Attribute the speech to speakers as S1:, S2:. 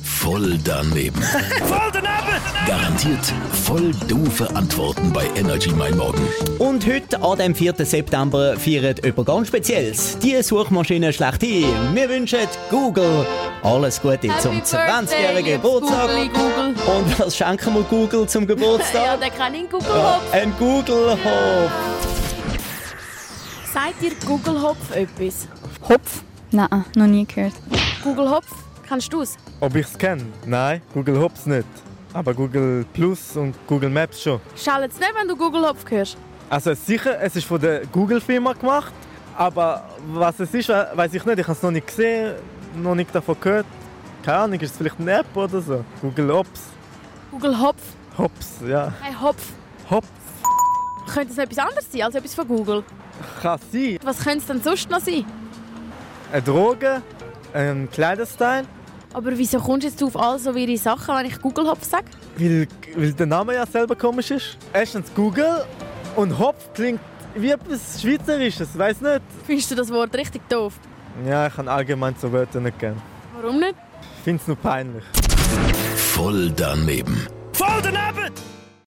S1: Voll daneben. Garantiert voll doofe Antworten bei Energy Mein Morgen.
S2: Und heute, an dem 4. September, feiert jemand ganz Spezielles. Die Suchmaschine schlechthin. Wir wünschen Google alles Gute zum 20-jährigen Geburtstag.
S3: Google.
S2: Und was schenken wir Google zum Geburtstag?
S3: Ja, der kann in Google Hopf.
S2: Ein Google Hop.
S3: Sagt dir Google Hopf etwas?
S4: Hopf? Nein, noch nie gehört.
S3: Google Hopf, kannst du es?
S5: Ob ich es kenne? Nein, Google Hops nicht. Aber Google Plus und Google Maps schon.
S3: Schallt es nicht, wenn du Google Hopf hörst.
S5: Also sicher, es ist von der Google-Firma gemacht. Aber was es ist, we- weiß ich nicht. Ich habe es noch nicht gesehen, noch nicht davon gehört. Keine Ahnung, ist es vielleicht eine App oder so? Google Ops.
S3: Google Hopf,
S5: Hops, ja.
S3: hey Hopf.
S5: Hops.
S3: Könnte es etwas anderes sein als etwas von Google?
S5: Kann sein.
S3: Was könnte es denn sonst noch sein?
S5: Eine Droge, ein Kleiderstyle.
S3: Aber wieso kommst du jetzt auf all so wirre Sachen, wenn ich Google Hopf sage?
S5: Weil, weil der Name ja selber komisch ist. Erstens Google und Hopf klingt wie etwas Schweizerisches, weiß nicht.
S3: Findest du das Wort richtig doof?
S5: Ja, ich kann allgemein so Wörter nicht gern.
S3: Warum nicht?
S5: Ich finde es nur peinlich.
S1: Voll daneben.
S5: Voll daneben!